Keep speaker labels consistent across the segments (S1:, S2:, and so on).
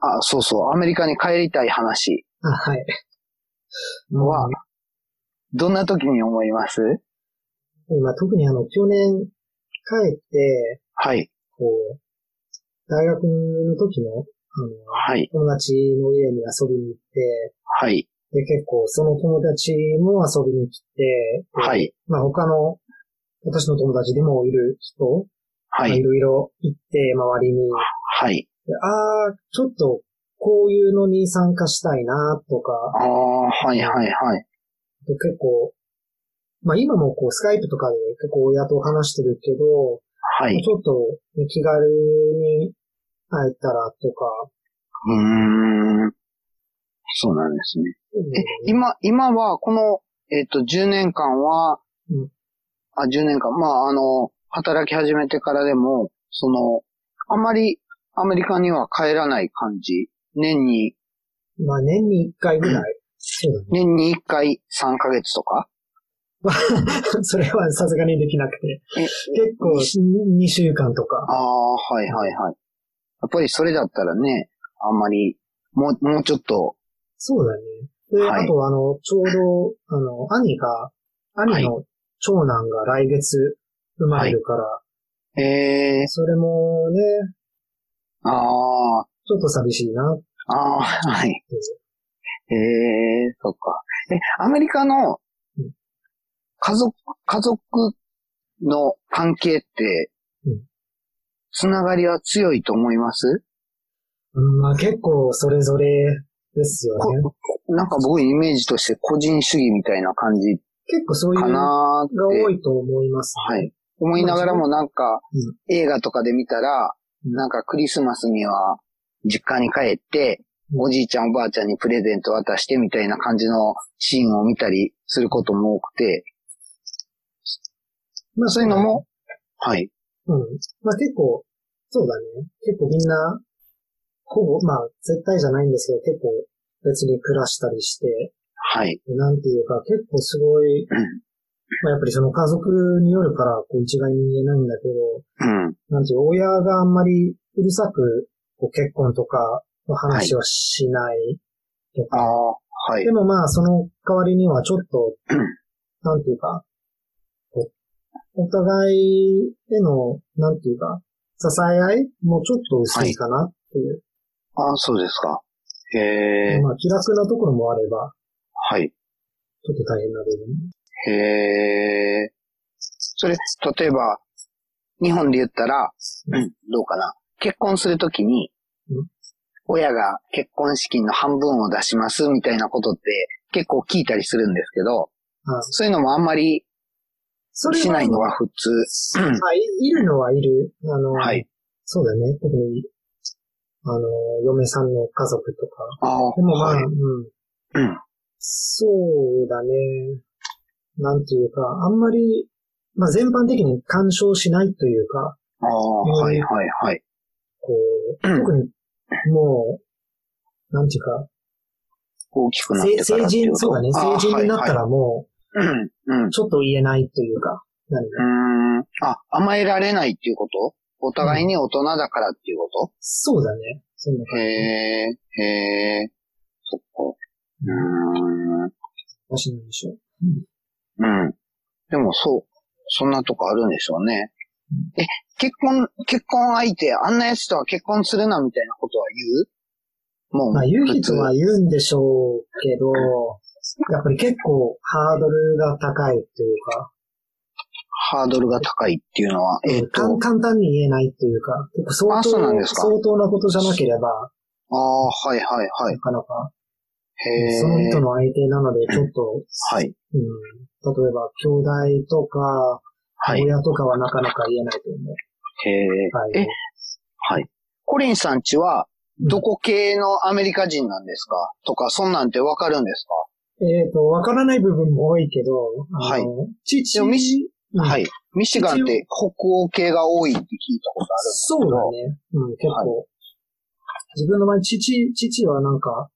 S1: あ、そうそう、アメリカに帰りたい話
S2: あ、はい。
S1: は、どんな時に思います
S2: 今特にあの、去年帰って、
S1: はい、
S2: こう、大学の時の、あの、
S1: はい、
S2: 友達の家に遊びに行って、
S1: はい、
S2: で、結構その友達も遊びに来て、
S1: はい、
S2: まあ他の、私の友達でもいる人、
S1: は
S2: まあい
S1: い、
S2: ろいろ行って、周りに、
S1: はい。
S2: であー、ちょっと、こういうのに参加したいな、とか、
S1: ああ、はい、はい、はい。
S2: で結構、まあ今もこうスカイプとかで結構親と話してるけど、
S1: はい。
S2: ちょっとね気軽に会えたらとか、
S1: うーん。そうなんですね。え、今、今は、この、えっ、と、10年間は、
S2: うん
S1: あ、10年間、まあ、あの、働き始めてからでも、その、あまりアメリカには帰らない感じ。年に、
S2: まあ年に一回ぐらい。そうだね。
S1: 年に1回3ヶ月とか
S2: それはさすがにできなくて。
S1: え
S2: 結構、2週間と
S1: あ
S2: か。
S1: あ、はいはいはい。やっぱりそれだったらね、あんまり、もう、もうちょっと、
S2: そうだね。で、
S1: はい
S2: あとあの、ちょうど、あの、兄が、兄の長男が来月生まれるから、
S1: ええ
S2: それもね、
S1: ああ、
S2: ちょっと寂しいなって。
S1: ああ、はい。ええそっか。え、アメリカの
S2: うん
S1: 家族、家族の関係って
S2: うん、
S1: つながりは強いと思います
S2: うんまあ結構それぞれですよね。
S1: こなんか僕イメージとして個人主義みたいな感じ
S2: 結構そういう
S1: か
S2: のが
S1: なーって。
S2: 多いと思います、ね。
S1: はい。思いながらもなんか
S2: うん、
S1: 映画とかで見たら、
S2: うん
S1: なんかクリスマスには実家に帰って、
S2: うん
S1: おじいちゃんおばあちゃんにプレゼント渡してみたいな感じのシーンを見たりすることも多くて、
S2: まあ
S1: そういうの。も、はい。
S2: うん。まあ結構、そうだね。結構みんな、ほぼ、まあ絶対じゃないんですけど、結構別に暮らしたりして、
S1: はい。
S2: なんていうか結構すごい、
S1: うん
S2: まあやっぱりその家族によるから、こう一概に言えないんだけど、
S1: うん。
S2: なんていう、親があんまりうるさく、こう結婚とかの話をしないとか、
S1: ああ、はい
S2: で。もまあ、その代わりにはちょ っと
S1: うん、
S2: なんていうか、こうお互いへの、なんていうか、支え合いもちょっと薄いかなっていう。
S1: ああ、そうですか。へえ、
S2: まあ、気楽なところもあれば、
S1: はい。
S2: ちょっと大変な部分。
S1: へえ。それ、例えば、日本で言ったら、うん、どうかな。結婚するときに
S2: うん、
S1: 親が結婚資金の半分を出しますみたいなことって結構聞いたりするんですけど、
S2: あ
S1: そういうのもあんまり
S2: それは
S1: しないのは普通。うん
S2: まあ、いいるのはいる。あの、
S1: はい。
S2: そうだね。特に、あの、嫁さんの家族とか。
S1: ああ、
S2: でもまあ、
S1: はい
S2: うん。
S1: うん。
S2: そうだね。なんていうか、あんまり、まあ、全般的に干渉しないというか、
S1: ああ、はいはいはい。
S2: こう、特に、もう、なんていうか、
S1: 大きくなっ
S2: せ
S1: てから
S2: 成
S1: っていう
S2: 人、
S1: こと
S2: そうだね、成人になった。
S1: あ
S2: らも
S1: あはいはいうん。うん
S2: う、ちょっと言えないというか、何
S1: うー
S2: か
S1: ん。あ、甘えられないっていうことお互いに大人だからっていうこ
S2: そうだね、そんな
S1: と、
S2: 感
S1: へえ、へえ、そっか。うーん。
S2: じなんでしょう。
S1: うん。でもそう、そんなとこあるんでしょうね。え、結婚、結婚相手、あんな奴とは結婚するなみたいなことは言うもう、
S2: まあ、言う
S1: 普通
S2: 人は言うんでしょうけど、やっぱり結構ハードルが高いというか、
S1: ハードルが高いっていうのは、えっ、と、
S2: 簡簡単に言えないというか、結構相
S1: あそうなんで
S2: 当、
S1: すか
S2: 相当なことじゃなければ、
S1: ああ、はいはいはい
S2: な。かなか、
S1: へえ。
S2: その人の相手なので、ちょっと、
S1: はい。
S2: うん、例えば、兄弟とか、
S1: はい。
S2: 親とかはなかなか言えないと思う。
S1: へえ。え、はい。コリンさんちは、どこ系のアメリカ人なんですかとか、そんなんてわかるんです
S2: えっ、と、わからない部分も多いけど、
S1: はい
S2: の、
S1: で
S2: 父、
S1: もミシ
S2: うん
S1: かはい。ミシガンって北欧系が多いって聞いたことあるんです
S2: そうだね。うん、結構。
S1: は
S2: 自分の前、父、父はなんか、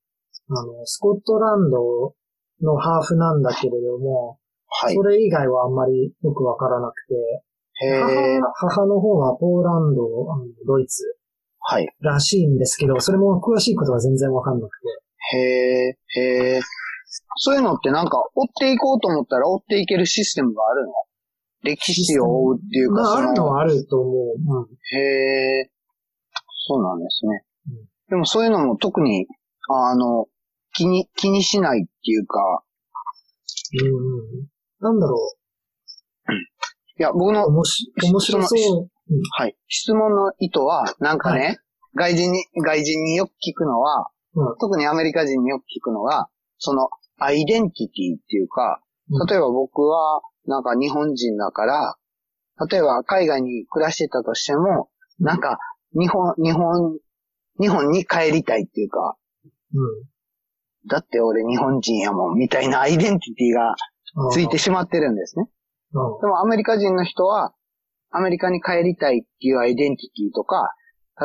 S2: あの、スコットランドのハーフなんだけれども、
S1: はい
S2: そ。れ以外はあんまりよくわからなくて、
S1: へえ。
S2: 母母の方はポーランド、あのドイツ
S1: はい。
S2: らしいんですけど、それも詳しいことは全然わかんなく
S1: へえ、へえ。そういうのってなんか、追っていこうと思ったら追っていけるシステムがあるの歴史を追うってい
S2: て。
S1: うか、
S2: まあ、あ
S1: そ
S2: るのはあると思う。うん。
S1: へえ、そうなんですね
S2: うん。
S1: でもそういうのも特に、あの、気に、気にしないっていうか、
S2: うんうんうん。なんだろ
S1: いや、僕
S2: う。
S1: の、
S2: 面し面白そう。
S1: はい、質問の意図は、なんかね、外人に、外人によく聞くのは、
S2: うん
S1: 特にアメリカ人によく聞くのが、その、アイデンティティっていうか、
S2: うん
S1: 例えば僕は、なんか日本人だから、例えば海外に暮らしてたとしても、なんか、日本、日本、日本に帰りたいっていうか、
S2: うん。
S1: だって俺日本人やもん、みたいなアイデンティティが
S2: あー
S1: ついてしまってるんですね。
S2: うん
S1: でもアメリカ人の人は、アメリカに帰りたいっていうアイデンティティとか、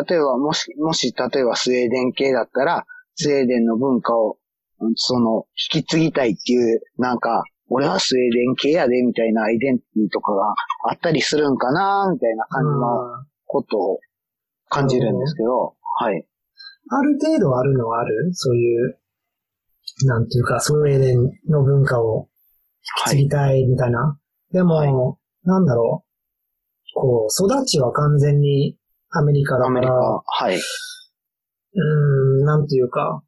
S1: 例えばもし、もし例えばスウェーデン系だったら、スウェーデンの文化を、うんその、引き継ぎたいっていう、なんか、俺はスウェーデン系やで、みたいなアイデンティティとかがあったりするんかな、みたいな感じの
S2: あー
S1: ことを感じるんですけど、はい。
S2: ある程度あるのはあるそういう、なんていうか、スウェーデンの文化を
S1: は
S2: 継
S1: い。
S2: ぎたいみたいな。でも、
S1: はい
S2: なんだろう。こう、育ちは完全にアメリカだ
S1: ア
S2: か
S1: メリカ、
S2: ら、
S1: はい。
S2: うーん、なんていうか、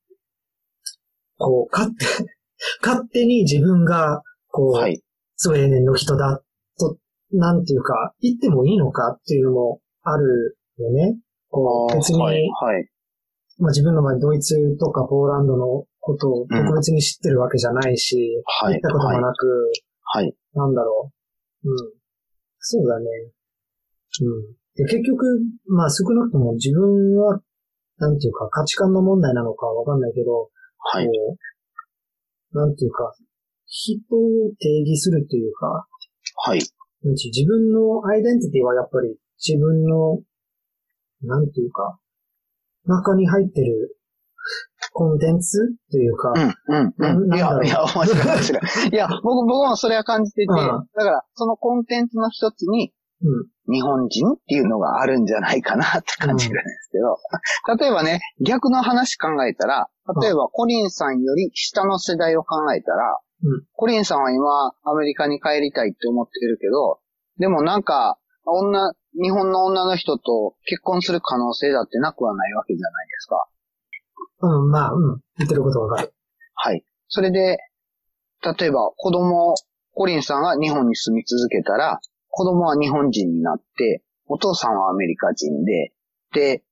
S2: こう、勝手、 勝手に自分が、こう、
S1: はい。
S2: スウェーデンの人だと、なんていうか、言ってもいいのかっていうのもあるよね。こう、別に、
S1: はい。はい。
S2: まあ自分の場合ドイツとかポーランドのことを特別に知ってるわけじゃないし、
S1: はい
S2: 行ったこともなく、
S1: はい。
S2: なんだろう。うん。そうだね。うん。で、結局、まあ少なくとも自分は、なんていうか価値観の問題なのかわかんないけど、
S1: はい。
S2: こう、なんていうか、人を定義するというか、
S1: はい。
S2: うんち自分のアイデンティティはやっぱり自分の、なんていうか、中に入ってるコンテンツというか、
S1: うん、
S2: な
S1: うん、うん。い
S2: なんだ
S1: や、
S2: ろう
S1: いや、面白い、面白い。いや、僕、僕もそれは感じてて、
S2: うん
S1: だから、そのコンテンツの一つに、
S2: うん
S1: 日本人っていうのがあるんじゃないかなって感じるんですけど、 例えばね、逆の話考えたら、例えばコリンさんより下の世代を考えたら、
S2: うん
S1: コリンさんは今アメリカに帰りたいって思ってるけど、でもなんか、女、日本の女の人と結婚する可能性だってなくはないわけじゃないですか。
S2: うん、まあ、うん、言ってることわかる。
S1: はい。それで、例えば子供、コリンさんが日本に住み続けたら、子供は日本人になって、お父さんはアメリカ人で、で、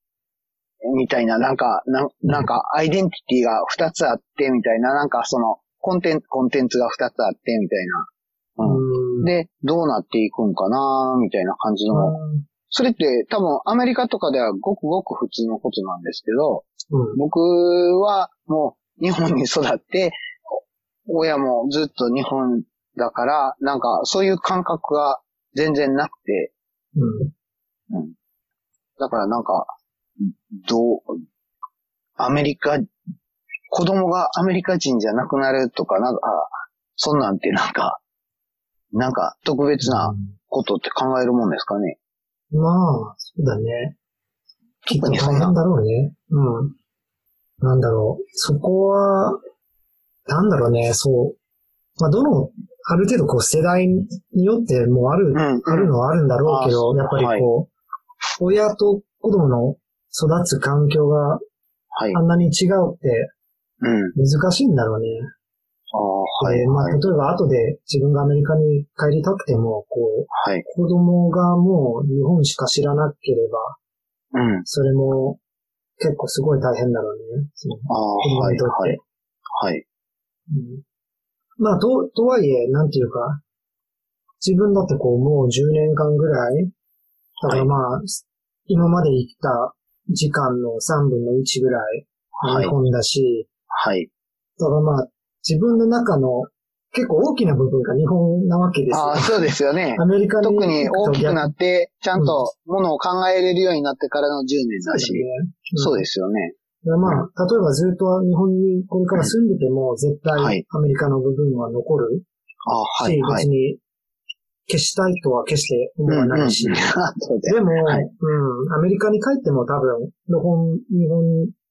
S1: みたいな、なんか、なんなんか、アイデンティティが二つあって、みたいな、なんかその、コンテンツ、コンテンツが二つあって、みたいな。うん。
S2: うん。
S1: で、どうなっていくんかなみたいな感じの。それって多分アメリカとかではごくごく普通のことなんですけど、
S2: うん、
S1: 僕はもう日本に育って、お親もずっと日本だから、なんかそういう感覚が全然なくて、
S2: うん。
S1: だからなんか、どう、アメリカ、子供がアメリカ人じゃなくなるとか、なんか、あそんなんってなんか、なんか特別なことって考えるもんですかね。
S2: まあ、そうだね。きっ
S1: 特
S2: と
S1: にそ
S2: 大
S1: んな
S2: 変だろうね。うん。なんだろう。そこは、なんだろうね、そう。まあ、どの、ある程度こう世代によってもうある
S1: うん。
S2: あるのはあるんだろうけど、
S1: あー
S2: やっぱりこう、親と子供の育つ環境が
S1: はい。
S2: あんなに違うって
S1: うん。
S2: 難しいんだろうね。
S1: ああ、はい。
S2: でまあ、
S1: は
S2: 例
S1: い。
S2: えば後で自分がアメリカに帰りたくても、こ
S1: はい。
S2: う、子供がもう日本しか知らなければ、
S1: うん。
S2: それも結構すごい大変だろうね。その
S1: ああ、
S2: 子供
S1: はい。
S2: にとって。
S1: はい。はい。
S2: うんまあ、と、とはいえ、なんていうか、自分だってこう、もう10年間ぐらい、だからまあ、今まで生きた時間の3分の1ぐらい、
S1: はい
S2: 日。本だし、
S1: はい。
S2: だからまあ、自分の中の結構大きな部分が日本なわけですよ
S1: ああ、そうですよね
S2: ア。メリカに
S1: 特に大きくな
S2: っ
S1: って、ちゃんとものを考えれるようになってからの10年だし。そう
S2: です。
S1: ですよね。
S2: だからまあ、例えばずっと日本にこれから住んでても、絶
S1: は
S2: 対
S1: い
S2: アメリカの部分は残る
S1: ああ、は
S2: し、
S1: い、は
S2: 別
S1: い。
S2: に消したいとは決して思わないし。
S1: そうだ
S2: で
S1: よ。
S2: も、
S1: はい
S2: うん、アメリカに帰っても多分、日本、日本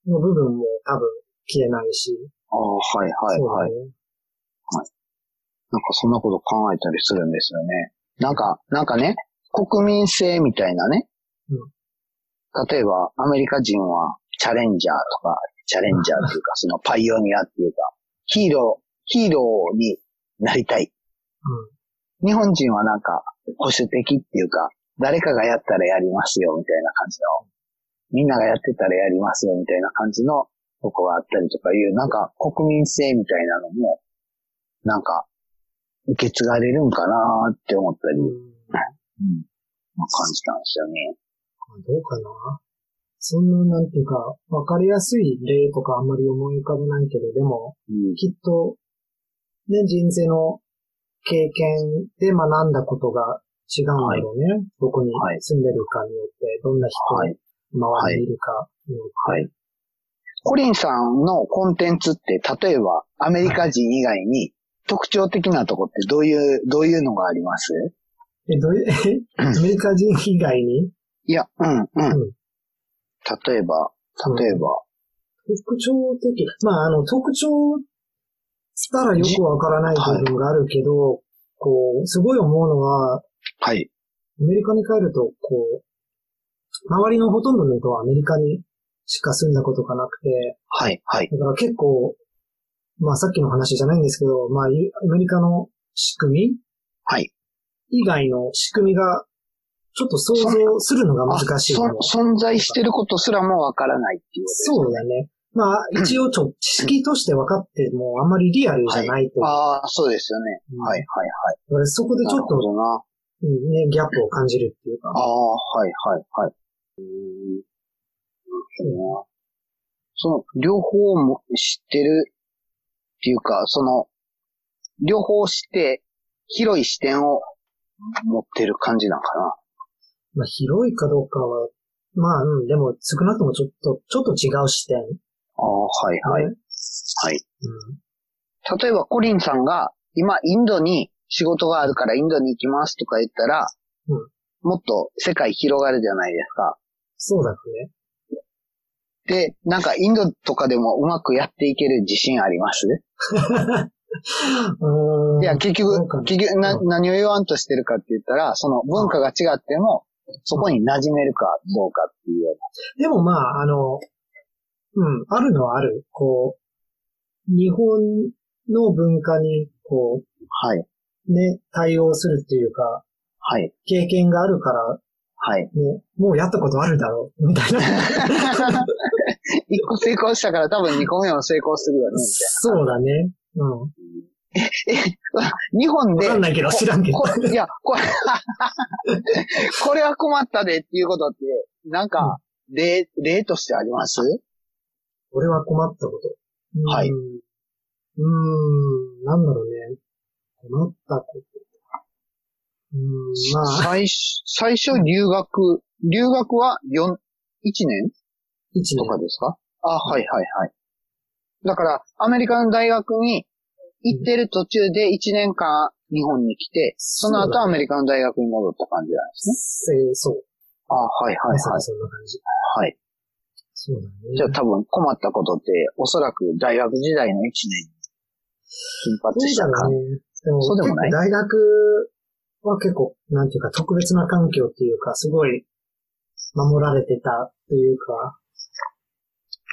S2: の部分も多分消えないし。
S1: ああ、はいはい
S2: そうだ
S1: はい。
S2: ね
S1: なんかそんなこと考えたりするんですよね。なんか、なんかね、国民性みたいなね。
S2: うん
S1: 例えば、アメリカ人はチャレンジャーとか、チャレンジャーっていうか、そのパイオニアっていうか、ヒーロー、ヒーローになりたい。日本人はなんか、保守的っていうか、誰かがやったらやりますよ、みたいな感じの。みんながやってたらやりますよ、みたいな感じのとこがあったりとかいう、なんか国民性みたいなのも、なんか、受け継がれるんかなーって思ったり、う
S2: う。
S1: んん
S2: うん
S1: 感じたんですよね。
S2: どうかなそんな、なんていうか、わかりやすい例とかあんまり思い浮かばないけど、でも、
S1: うん。
S2: きっと、ね、人生の経験で学んだことが違うんだろうね。どこに
S1: はい
S2: 住んでるかによって、どんな
S1: はい。
S2: 人が周りにいるかによって。
S1: はい。コリンさんのコンテンツって、例えばアメリカ人以外に特徴的なとこってどういう、どういうのがあります
S2: え、どういう、え
S1: うん
S2: アメリカ人以外に
S1: いや、うん、うん。
S2: うん
S1: 例えば、例えば、
S2: 特徴的。まあ、あの、特徴したらよくわからない部分があるけど、こう、すごい思うのは、
S1: はい。
S2: アメリカに帰ると、こう、周りのほとんどの人はアメリカにしか住んだことがなくて、
S1: はい、はい。
S2: だから結構、まあさっきの話じゃないんですけど、まあいアメリカの仕組み
S1: はい。
S2: 以外の仕組みが、ちょっと想像するのが
S1: あ
S2: 難しいかも
S1: そ存在してることすらもわからないっていうこと
S2: そうだね。まあ一応ちょ、知識として分かっても、あんまりリアルじゃないという。
S1: ああ、そうですよね。
S2: うん
S1: はい、はい、はい。
S2: だからそこでち
S1: な
S2: ょ
S1: る
S2: っ
S1: ほ
S2: と、
S1: どな。
S2: うんね、ギャップを感じるっていうか。
S1: ああ、はい、はい、はい。うーんなるほどなその、両方も知ってるっていうか、その、両方知って、広い視点を持ってる感じなんかな。
S2: まあ広いかどうかは、まあ、うん、でも少なくともちょっと、ちょっと違う視点。
S1: ああ、はい、はい。
S2: ね
S1: はい。
S2: うん。
S1: 例えばコリンさんが、今インドに仕事があるからインドに行きますとか言ったら、
S2: うん
S1: もっと世界広がるじゃないですか。
S2: そうだね。
S1: で、なんかインドとかでもうまくやっていける自信あります、
S2: うーん
S1: いや、結
S2: そ
S1: 局
S2: うかな、
S1: 結局な、
S2: う
S1: 何を言わんとしてるかって言ったら、その文化が違っても、そこに馴染めるかどうかっていうよ
S2: でもまあ、あの、うん、あるのはある。こう、日本の文化に、こ
S1: うな。はい。
S2: う、ね、対応するっていうか、
S1: はい。
S2: 経験があるから、
S1: はい。
S2: ね、もうやったことあるだろう、みたいな。
S1: 一個成功したから多分二個目も成功するよね。
S2: そうだね。うん。わ
S1: え、日本で
S2: かん、ないけど、
S1: こ
S2: 知らんけど。
S1: こいや、こ れ、これは困ったでっていうことって、なんか、例、例としてあります
S2: 俺は困ったこと。うん
S1: はい。
S2: うーん、なんだろうね。困ったこと。うーん、まあ、
S1: 最初、最初留学、留学は4、1年
S2: 一
S1: と
S2: 年
S1: かですかあ、はいはいはい。だから、アメリカの大学に行ってる途中で1年間日本に来て、その
S2: そう
S1: 後
S2: だ
S1: ア
S2: ね
S1: メリカの大学に戻った感じなんですね。
S2: えーそう。
S1: あ、はいは
S2: ま
S1: い
S2: さ
S1: は
S2: に
S1: い。
S2: そんな感じ。
S1: はい。
S2: そうだね。
S1: じゃあ多分困ったことって、おそらく大学時代の1年に頻
S2: ど
S1: 発
S2: う
S1: し
S2: だ
S1: た
S2: ろ
S1: 感
S2: う
S1: じ。
S2: ね。でも、
S1: そうでもない
S2: 結構大学は結構、なんていうか、特別な環境っていうか、すごい守られてたというか、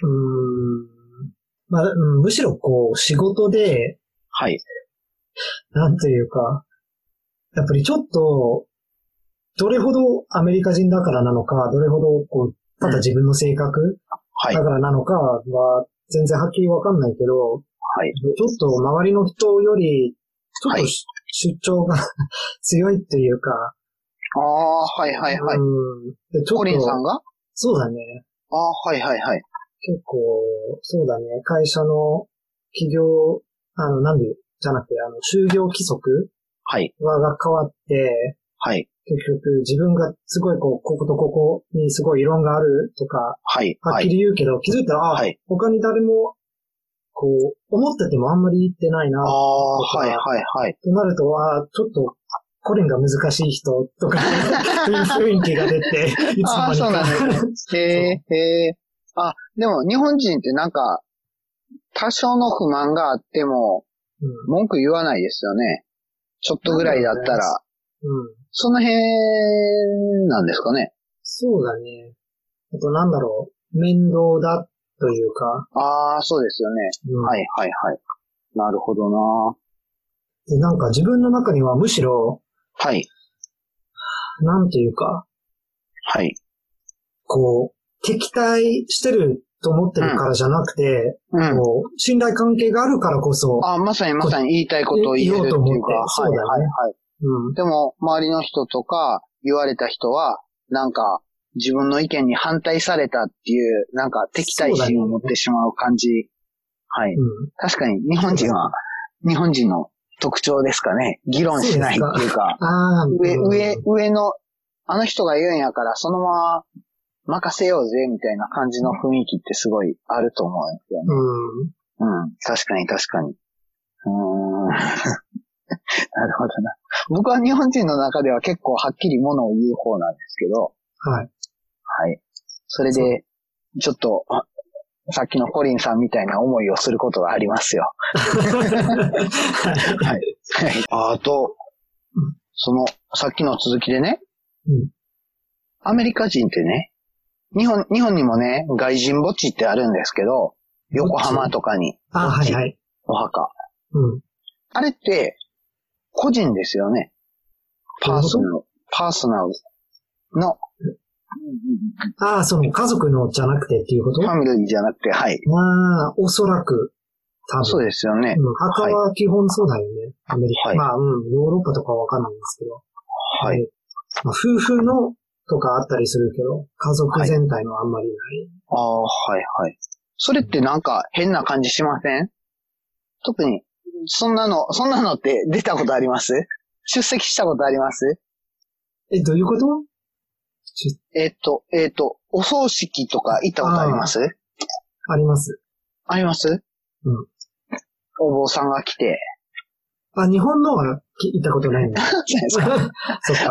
S2: うーん、まあ、うんむしろこう、仕事で、
S1: はい。
S2: なんというか、やっぱりちょっと、どれほどアメリカ人だからなのか、どれほどこう、ただ自分の性格
S1: は
S2: だ
S1: い。
S2: か
S1: はい。
S2: らなのかは、全然はっきりわかんないけど、ちょっと周りの人より、ちょっ
S1: は
S2: と
S1: い
S2: し、出張が 強いっていうか、
S1: ああー、はいはいはい。
S2: うん。で、ちょ
S1: コ
S2: っ
S1: リンさん
S2: と、
S1: が
S2: そうだね。
S1: ああー、はいはいはい。
S2: 結構、そうだね。会社の企業、あの、なんで、じゃなくて、あの、就業規則
S1: はい。
S2: はが変わって、
S1: はい。
S2: 結局自分がすごいこう、こことここにすごい異論があるとか、
S1: はい。
S2: はっ
S1: は
S2: き
S1: い。
S2: り言うけど、気づいたら、あ、
S1: はい。
S2: 他に誰も、こう、思っててもあんまり言ってないな
S1: ああー、はいはいはい。
S2: となると、あーちょっとコリンが難しい人とか、という雰囲気が出て、いつ の
S1: ああ、
S2: 間に
S1: そう
S2: か。
S1: なんですね。へえ、へえ。あ、でも日本人ってなんか、多少の不満があっても、
S2: うん
S1: 文句言わないですよね。ちょっとぐらいだった
S2: なんだ
S1: ら。
S2: うん。
S1: その辺なんですかね。
S2: そうだね。あとなんだろう。面倒だというか。
S1: ああ、そうですよね。
S2: うん
S1: はいはいはい。なるほどな。
S2: で、なんか自分の中にはむしろ、
S1: はい。
S2: なんていうか、
S1: はい。
S2: こう、敵対してると思ってるからじゃなくて、
S1: うん。
S2: こう、信頼関係があるからこそ、
S1: あまさにまさに言いたいことを言えるっていうか。
S2: 言おうと思って
S1: は
S2: そ
S1: いう
S2: だね
S1: はいはい。
S2: うん。
S1: でも、周りの人とか、言われた人は、なんか、自分の意見に反対されたっていう、なんか敵対心を持ってしまう感じ。はい。
S2: うん。
S1: 確かに、日本人は、日本人の特徴ですかね。議論しないっていうか、
S2: ああ、
S1: 上、
S2: うん
S1: 上、上の、あの人が言うんやから、そのまま任せようぜ、みたいな感じの雰囲気ってすごいあると思うんですよね。
S2: うん。
S1: うん、確かに確かに。うーん。 なるほどな。僕は日本人の中では結構はっきりものを言う方なんですけど、
S2: はい。
S1: はい。それで、ちょっと、あさっきのコリンさんみたいな思いをすることがあります よ。はい。あと
S2: うん、
S1: その、さっきの続きでね、
S2: うん
S1: アメリカ人ってね、日本、日本にもね、外人墓地ってあるんですけど、横浜とかに、
S2: あはいはい。
S1: お墓。
S2: うん。
S1: あれって、個人ですよね。パーソナル、パーソナルの、
S2: ああ、その家族のじゃなくてっていうこと
S1: フ
S2: ま
S1: ァミリーじゃなくて、はい。
S2: あ、おそらく、多分。
S1: そう
S2: で
S1: ですよね。
S2: ん、墓は基本そうだよね。アメリカ。
S1: はい
S2: まあ、うん、ヨーロッパとかはわかんないんですけど。
S1: はい。
S2: まあ、夫婦のとかあったりするけど、家族全体のはあんまりない。
S1: ああ、はい、はい。それってなんか変な感じしません特に、そんなの、そんなのって出たことあります出席したことあります
S2: え、どういうこと
S1: えっ、と、えっ、と、お葬式とか行ったことありますあ
S2: あります。
S1: ります
S2: うん。
S1: お坊さんが来て。
S2: あ、日本のはき行ったことないんだ。
S1: そうです
S2: そ
S1: か
S2: っか。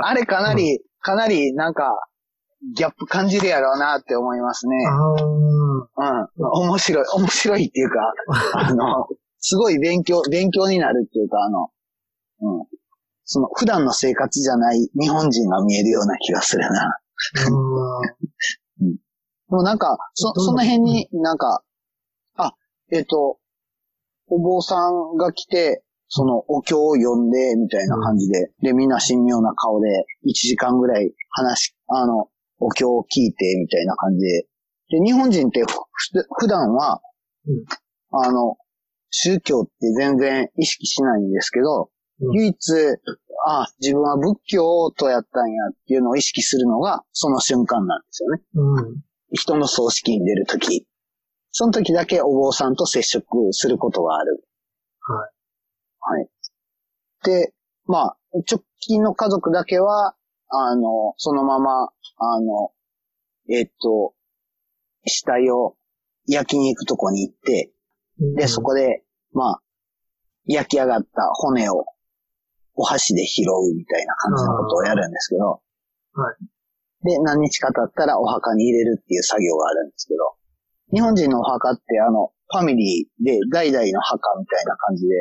S1: あれかなり、かなりなんか、ギャップ感じるやろうなって思いますね。
S2: あ
S1: う
S2: ー
S1: ん。面白い、面白いって いうか、あの、すごい勉強、勉強になるっていうか、あの、うん。その、普段の生活じゃない日本人が見えるような気がするな。
S2: あー。
S1: もうなんか、そ、その辺になんか、あ、えっ、と、お坊さんが来て、その、お経を読んで、みたいな感じで、で、みんな神妙な顔で、1時間ぐらい話、あの、お経を聞いて、みたいな感じで。で、日本人ってふ、ふ普段は
S2: うん、
S1: あの、宗教って全然意識しないんですけど、
S2: うん
S1: 唯一、あ、自分は仏教とやったんやっていうのを意識するのが、その瞬間なんですよね。
S2: うん。
S1: 人の葬式に出るとき、その時だけお坊さんと接触することがある。。
S2: は
S1: は
S2: い
S1: い。で、まあ、直近の家族だけは、あの、そのまま、あの、えっと、死体を焼きに行くとこに行って、で、そこで、まあ、焼き上がった骨をお箸で拾うみたいな感じのことをやるんですけど、。
S2: あーはい
S1: で、何日か経ったらお墓に入れるっていう作業があるんですけど、日本人のお墓ってあの、ファミリーで代々の墓みたいな感じで、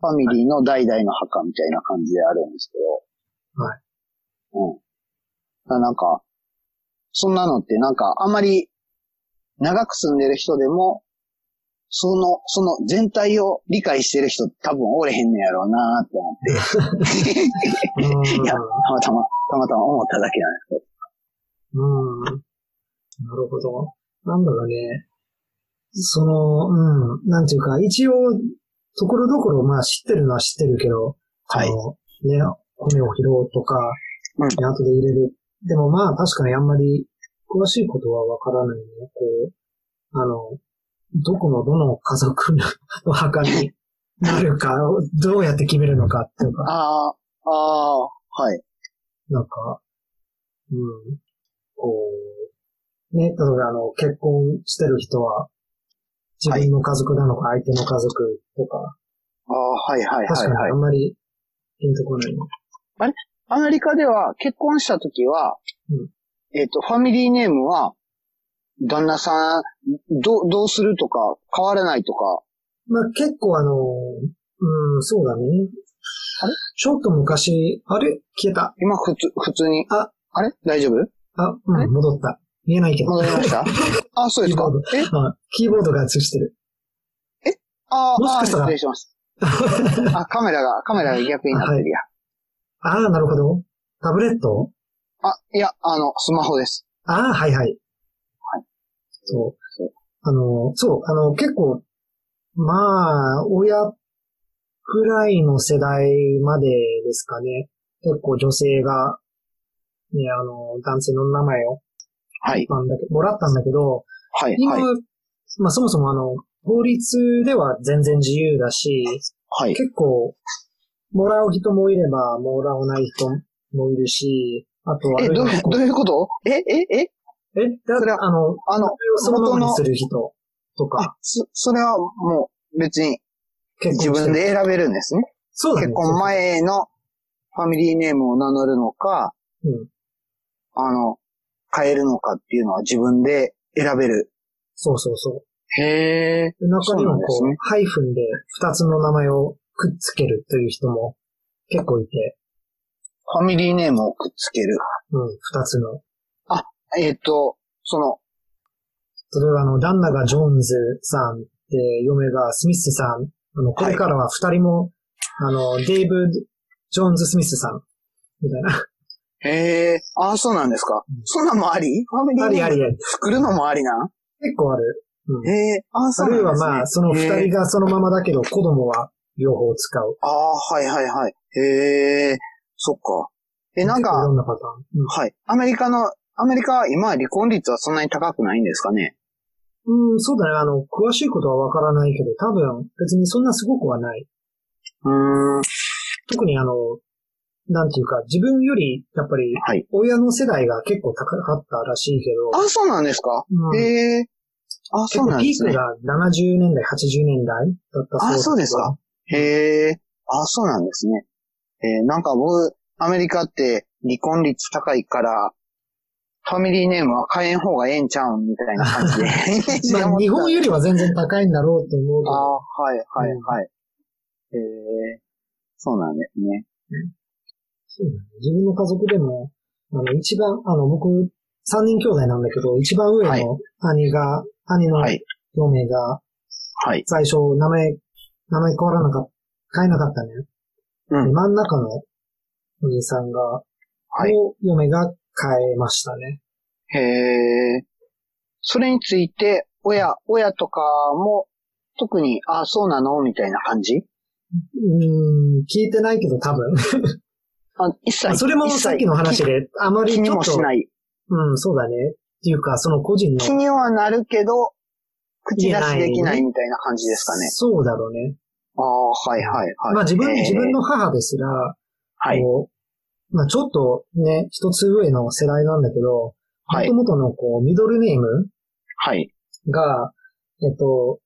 S1: ファミリーの代々の墓みたいな感じであるんですけど、
S2: はい。
S1: うん。だからなんか、そんなのってなんかあんまり長く住んでる人でも、その、その全体を理解してる人多分おれへんねやろうなーって思って、
S2: うん。
S1: いやたまたま、たまたま思っただけなんですけど。
S2: うん。なるほど。なんだろうね。その、うん。なんていうか、一応、ところどころ、まあ知ってるのは知ってるけど、
S1: はい
S2: あの、ね、骨を拾うとか、
S1: うん
S2: ね後で入れる。でもまあ確かにあんまり詳しいことはわからないね。こう、あの、どこのどの家族の 墓になるか、どうやって決めるのかっていうか、
S1: ああ、ああー、はい。
S2: なんか、うん、こう、ね、例えばあの、結婚してる人は、自分の家族なのか相手の家族とか、
S1: ああ、はいはいはい
S2: 確かに
S1: は
S2: あ
S1: い
S2: ん。まりピンとこないね。
S1: あれアメリカでは結婚した時は、
S2: うん
S1: えっ、と、ファミリーネームは、旦那さん、どう、どうするとか、変わらないとか、
S2: まあ、結構あの、うん、そうだね。あれちょっと昔、あれ消えた。
S1: 今普通、普通に、
S2: あ、
S1: あれ大丈夫
S2: あ、
S1: あ
S2: う
S1: れ
S2: ん、戻った。見えないけど。
S1: 戻りま したあ、そうですか
S2: キーボー。
S1: え
S2: あキーボードが映してる。
S1: あー
S2: もし
S1: あー、
S2: かしたら
S1: 失礼します。あ、カメラが、カメラが逆になってるや。
S2: ああ、なるほど。タブレット
S1: あ、いや、あの、スマホです。
S2: ああ、はいはい。そう
S1: そ。
S2: あの、そう、あの、結構、まあ、親くらいの世代までですかね。結構女性が、ね、あの、男性の名前を、
S1: はい。
S2: なんだけもらったんだけど、
S1: はい。
S2: 今、
S1: はい。
S2: まあそもそもあの、法律では全然自由だし、
S1: はい。
S2: 結構、もらう人もいれば、もらわない人もいるし、あとは、
S1: え、どういう、どういうことえ、え、え、
S2: え、だ
S1: それは
S2: あの、
S1: あの、
S2: そのままにする人とか
S1: あ、、そ、それはもう、別に、
S2: 結
S1: 自
S2: 婚して
S1: 分で選べるんですね。
S2: そうだね。
S1: 結婚前のファミリーネームを名乗るのか、
S2: うん。
S1: あの、変えるのかっていうのは自分で選べる。
S2: そうそうそ
S1: へえ。
S2: う。で中
S1: そう
S2: にはこう、
S1: なんですね
S2: ハイフンで二つの名前をくっつけるという人も結構いて、
S1: ファミリーネームをくっつける。
S2: うん、二つの。
S1: えっ、と、その、
S2: 例えばあの、旦那がジョーンズさんで、嫁がスミスさん。あの、これからは二人も、あの、デイブ・ジョーンズ・スミスさん。みたいな。
S1: へえ、ああ、そうなんですか
S2: うん。
S1: そんなんもありファミリ
S2: あ
S1: ー
S2: り
S1: ネ
S2: あ
S1: ーム
S2: りあり。
S1: 作るのもありなん
S2: 結構ある。うん。
S1: へえ、ああ、そ
S2: あ
S1: うな
S2: る
S1: ん
S2: い
S1: で
S2: は
S1: すね。
S2: まあ、その
S1: へ
S2: 二
S1: え
S2: 人がそのままだけど、子供は両方使う。
S1: ああ、はいはいはい。へえ、そっか。え、なん
S2: い
S1: か、
S2: ろんなパターン。うん
S1: はい。アメリカの、アメリカは今離婚率はそんなに高くないんですかね
S2: うん、そうだね。あの、詳しいことはわからないけど、多分、別にそんなすごくはない。
S1: うーん。
S2: 特にあの、なんていうか、自分より、やっぱり、
S1: はい。
S2: 親の世代が結構高かったらしいけど、
S1: あ、そうなんですか
S2: うん
S1: へえ。あ、
S2: 結
S1: そう
S2: 構
S1: なん
S2: ピ
S1: で
S2: ー
S1: す
S2: ク
S1: ね。
S2: が70年代、80年代だったそう
S1: あそうですか。へえ。あ、そうなんですね。えーなんか僕、アメリカって離婚率高いから、ファミリーネームは変えん方がええんちゃうんみたいな感じで、イメージで
S2: ま
S1: 思
S2: あ、
S1: って
S2: 日
S1: た
S2: 本よりは全然高いんだろうと思うけ
S1: あ
S2: ど、
S1: あ、はい、はい、はい。へえ。そうなんですね。
S2: そうだね自分の家族でも、あの、一番、あの、僕、3人兄弟なんだけど、一番上
S1: はい
S2: の兄が、兄の
S1: はい。
S2: 嫁が、
S1: はい。
S2: 最初、名前、名前変わらなかった、変えなかったね。
S1: うん
S2: で真ん中のお兄さんが、
S1: はい
S2: の嫁が変えましたね。
S1: へえ。それについて、親、親とかも、特に、あ、そうなのみたいな感じ
S2: うーん、聞いてないけど多分。
S1: あ、一切。
S2: それも
S1: 一切
S2: さっきの話で、あまり
S1: 気
S2: ち
S1: に
S2: ょっ
S1: も
S2: と
S1: し、ない。
S2: うん、そうだね。っていうか、その個人の、
S1: 気にはなるけど、口出しでき
S2: 言えな
S1: ないいみたいな感じですかね。
S2: そうだろうね。
S1: ああ、はいはいはい。
S2: まあ自分、
S1: えー
S2: 自分。の母ですら、
S1: はい。
S2: こう、まあちょっとね、一つ上の世代なんだけど、
S1: は
S2: も
S1: い
S2: と。もとのこう、ミドルネーム
S1: はい。
S2: が、えっと、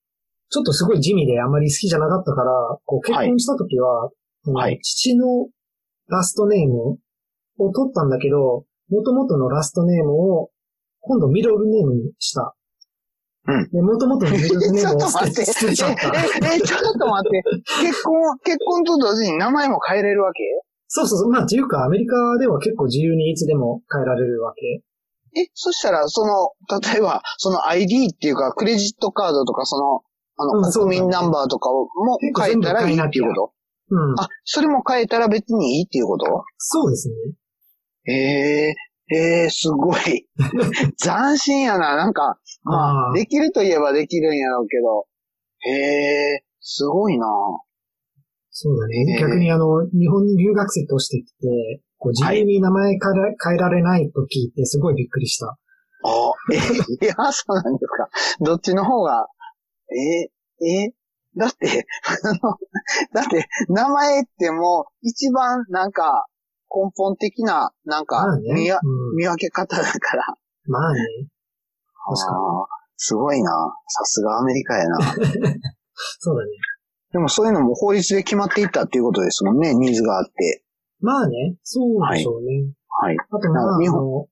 S2: ちょっとすごい地味であまり好きじゃなかったから、こう結婚した時は、あの
S1: はい
S2: 父のラストネームを取ったんだけど、元々のラストネームを今度ミドルネームにした。
S1: うん
S2: で、元々のミドルネ
S1: ち
S2: ー
S1: ょっ
S2: ムを
S1: と
S2: 捨
S1: 待
S2: て
S1: って。
S2: 捨 てちゃった。
S1: え、え、え、ちょっと待って。結婚、結婚と同時に名前も変えれるわけ
S2: そうそうそう。まあ、っていうか、アメリカでは結構自由にいつでも変えられるわけ。
S1: え、そしたら、その、例えば、その ID っていうか、クレジットカードとか、その、あの、
S2: うんそうだね
S1: 国民ナンバーとかをも
S2: 結構
S1: 変え
S2: 全部
S1: たらい
S2: 変え
S1: い
S2: なきゃ
S1: っていうこと
S2: うん。
S1: あ、それも変えたら別にいいっていうこと
S2: そうですね。
S1: ええええすごい。 斬新やな。なんか、ま
S2: あー
S1: あ、できるといえばできるんやろうけど。ええすごいな。
S2: そうだ
S1: え
S2: ね。
S1: ー
S2: 逆にあの、日本に留学生としてきて、こう自由に名前変えら変えられないと聞いてすごいびっくりした。
S1: あえいや、そうなんですか。どっちの方が、えええだって、あの、だって、名前ってもう、一番なんか、根本的な、なん
S2: ま
S1: か
S2: あ、ね。
S1: 見わ
S2: うん、
S1: 見分け方だから。
S2: まあね。確かに。
S1: あーすごいな。さすがアメリカやな。
S2: そうだね。
S1: でもそういうのも法律で決まっていったっていうことですもんね、ニーズがあって。
S2: まあね、そうでしょうね。
S1: はい。
S2: あとまあ、あ
S1: 日
S2: の、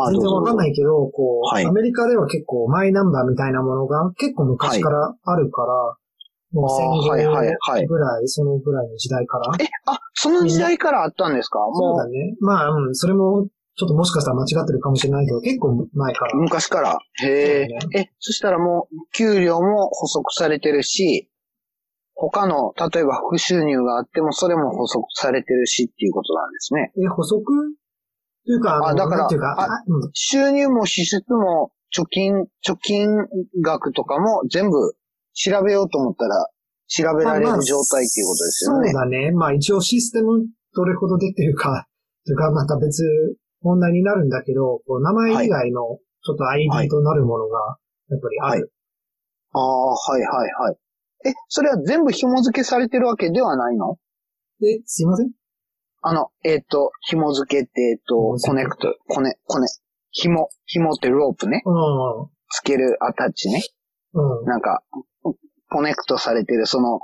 S1: あ、。
S2: 全然わかんないいけど、こう、
S1: はい
S2: アメリカでは結構マイナンバーみたいなものが結構昔からあるから、もう戦
S1: あー
S2: 後
S1: は
S2: ぐ
S1: い
S2: ら、
S1: はいいはい。
S2: そのぐらいの時代から。
S1: え、あ、その時代からあったんですか
S2: そう
S1: も
S2: だね。まあ、うん、それも、ちょっともしかしたら間違ってるかもしれないけど、結構前から
S1: う、。昔から。へ
S2: そ
S1: え。え、そしたらもう、給料も補足されてるし、他の、例えば副収入があっても、それも補足されてるしっていうことなんですね。
S2: え、補足というか、の
S1: あだから
S2: なんていうか、
S1: あ
S2: あうん
S1: 収入も支出も、貯金、貯金額とかも全部調べようと思ったら、調べられ
S2: まあま
S1: る
S2: あ
S1: 状態っていうことですよね。
S2: そうだね。まあ一応システムどれほどでっていうか、 というかまた別問題になるんだけど、こう名前以外のちょっと
S1: はい
S2: ID となるものがやっぱりある。
S1: ああ、はいはいはい。え、それは全部紐付けされてるわけではないの
S2: え、すいません。
S1: あの、えっ、と、紐付けって、えっ、と、
S2: 紐付け
S1: コネクト、コネ、コネ。紐、紐ってロープね。
S2: う
S1: つけるアタッチね。
S2: ん。うん。
S1: なんか、コネクトされてる、その、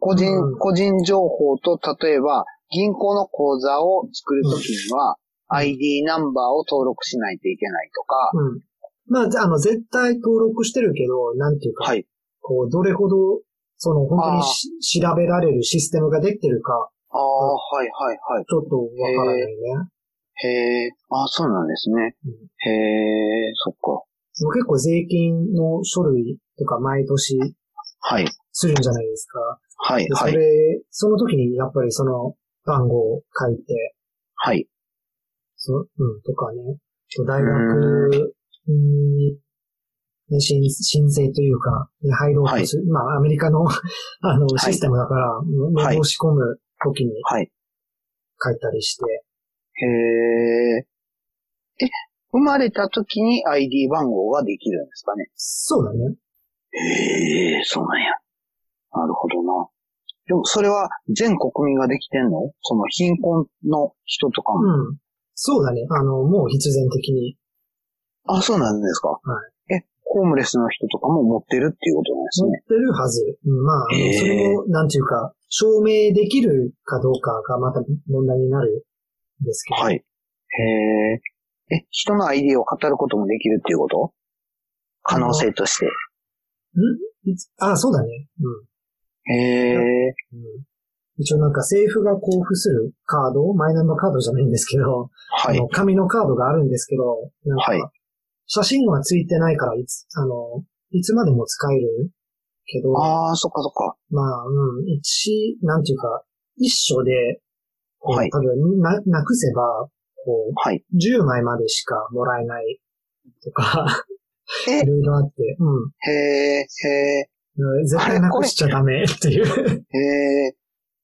S1: 個人、
S2: うん
S1: 個人情報と、例えば、銀行の口座を作るときには、ID ナンバーを登録しないといけないとか、
S2: うん。まあ、あの、絶対登録してるけど、なんていうか、
S1: はい。
S2: こう、どれほど、その、本当
S1: あ
S2: に
S1: ー
S2: し調べられるシステムができてるか、
S1: ああ、はいはいはい。
S2: ちょっとわからないね。
S1: へえ、あそうなんですね。
S2: うん
S1: へえ、そっか。
S2: もう結構税金の書類とか毎年
S1: はい。
S2: するんじゃないですか。
S1: はい
S2: で、そ
S1: は
S2: れ、
S1: い。
S2: その時にやっぱりその番号を書いて、
S1: はい。
S2: そうん、とかね、と大学に、ね申申請というか、に入ろうとする、まあアメリカの あの
S1: い
S2: システムだから、
S1: はい
S2: 申し込む時に
S1: はい。
S2: 書いたりして、
S1: へえ。え、生まれた時に ID 番号ができるんですかね。
S2: そうだね。
S1: へえ、そうなんや。なるほどな。でも、それは全国民ができてんのその貧困の人とかも。
S2: うん。そうだね。あの、もう必然的に。
S1: あ、そうなんですか。
S2: は
S1: え、ホームレスの人とかも持ってるっていうことなんです
S2: 持っ
S1: ね。
S2: てるはず。うんまあ、あ
S1: へ
S2: の
S1: ー
S2: それを、なんていうか、証明できるかどうかがまた問題になるんですけど。
S1: はい。へえ。え、人の ID を語ることもできるっていうこと可能性として。
S2: んいつあ、そうだね。
S1: へえ。
S2: うん。うん、一応なんか政府が交付するカード、マイナンバーカードじゃないんですけど、
S1: は
S2: あ
S1: い
S2: の。紙のカードがあるんですけど、なん
S1: はい
S2: か、写真はついてないから、いつ、あの、いつまでも使えるけど、
S1: ああ、そっかそっか。
S2: まあ、うん、一、なんていうか、一緒で、こう
S1: はい
S2: 多分な、なくせば、こ
S1: はい。
S2: う、10枚までしかもらえないとか、
S1: え
S2: いろいろあって、うん。
S1: へえ、へえ。
S2: うん絶対なくしちゃダメっていう。
S1: へえ、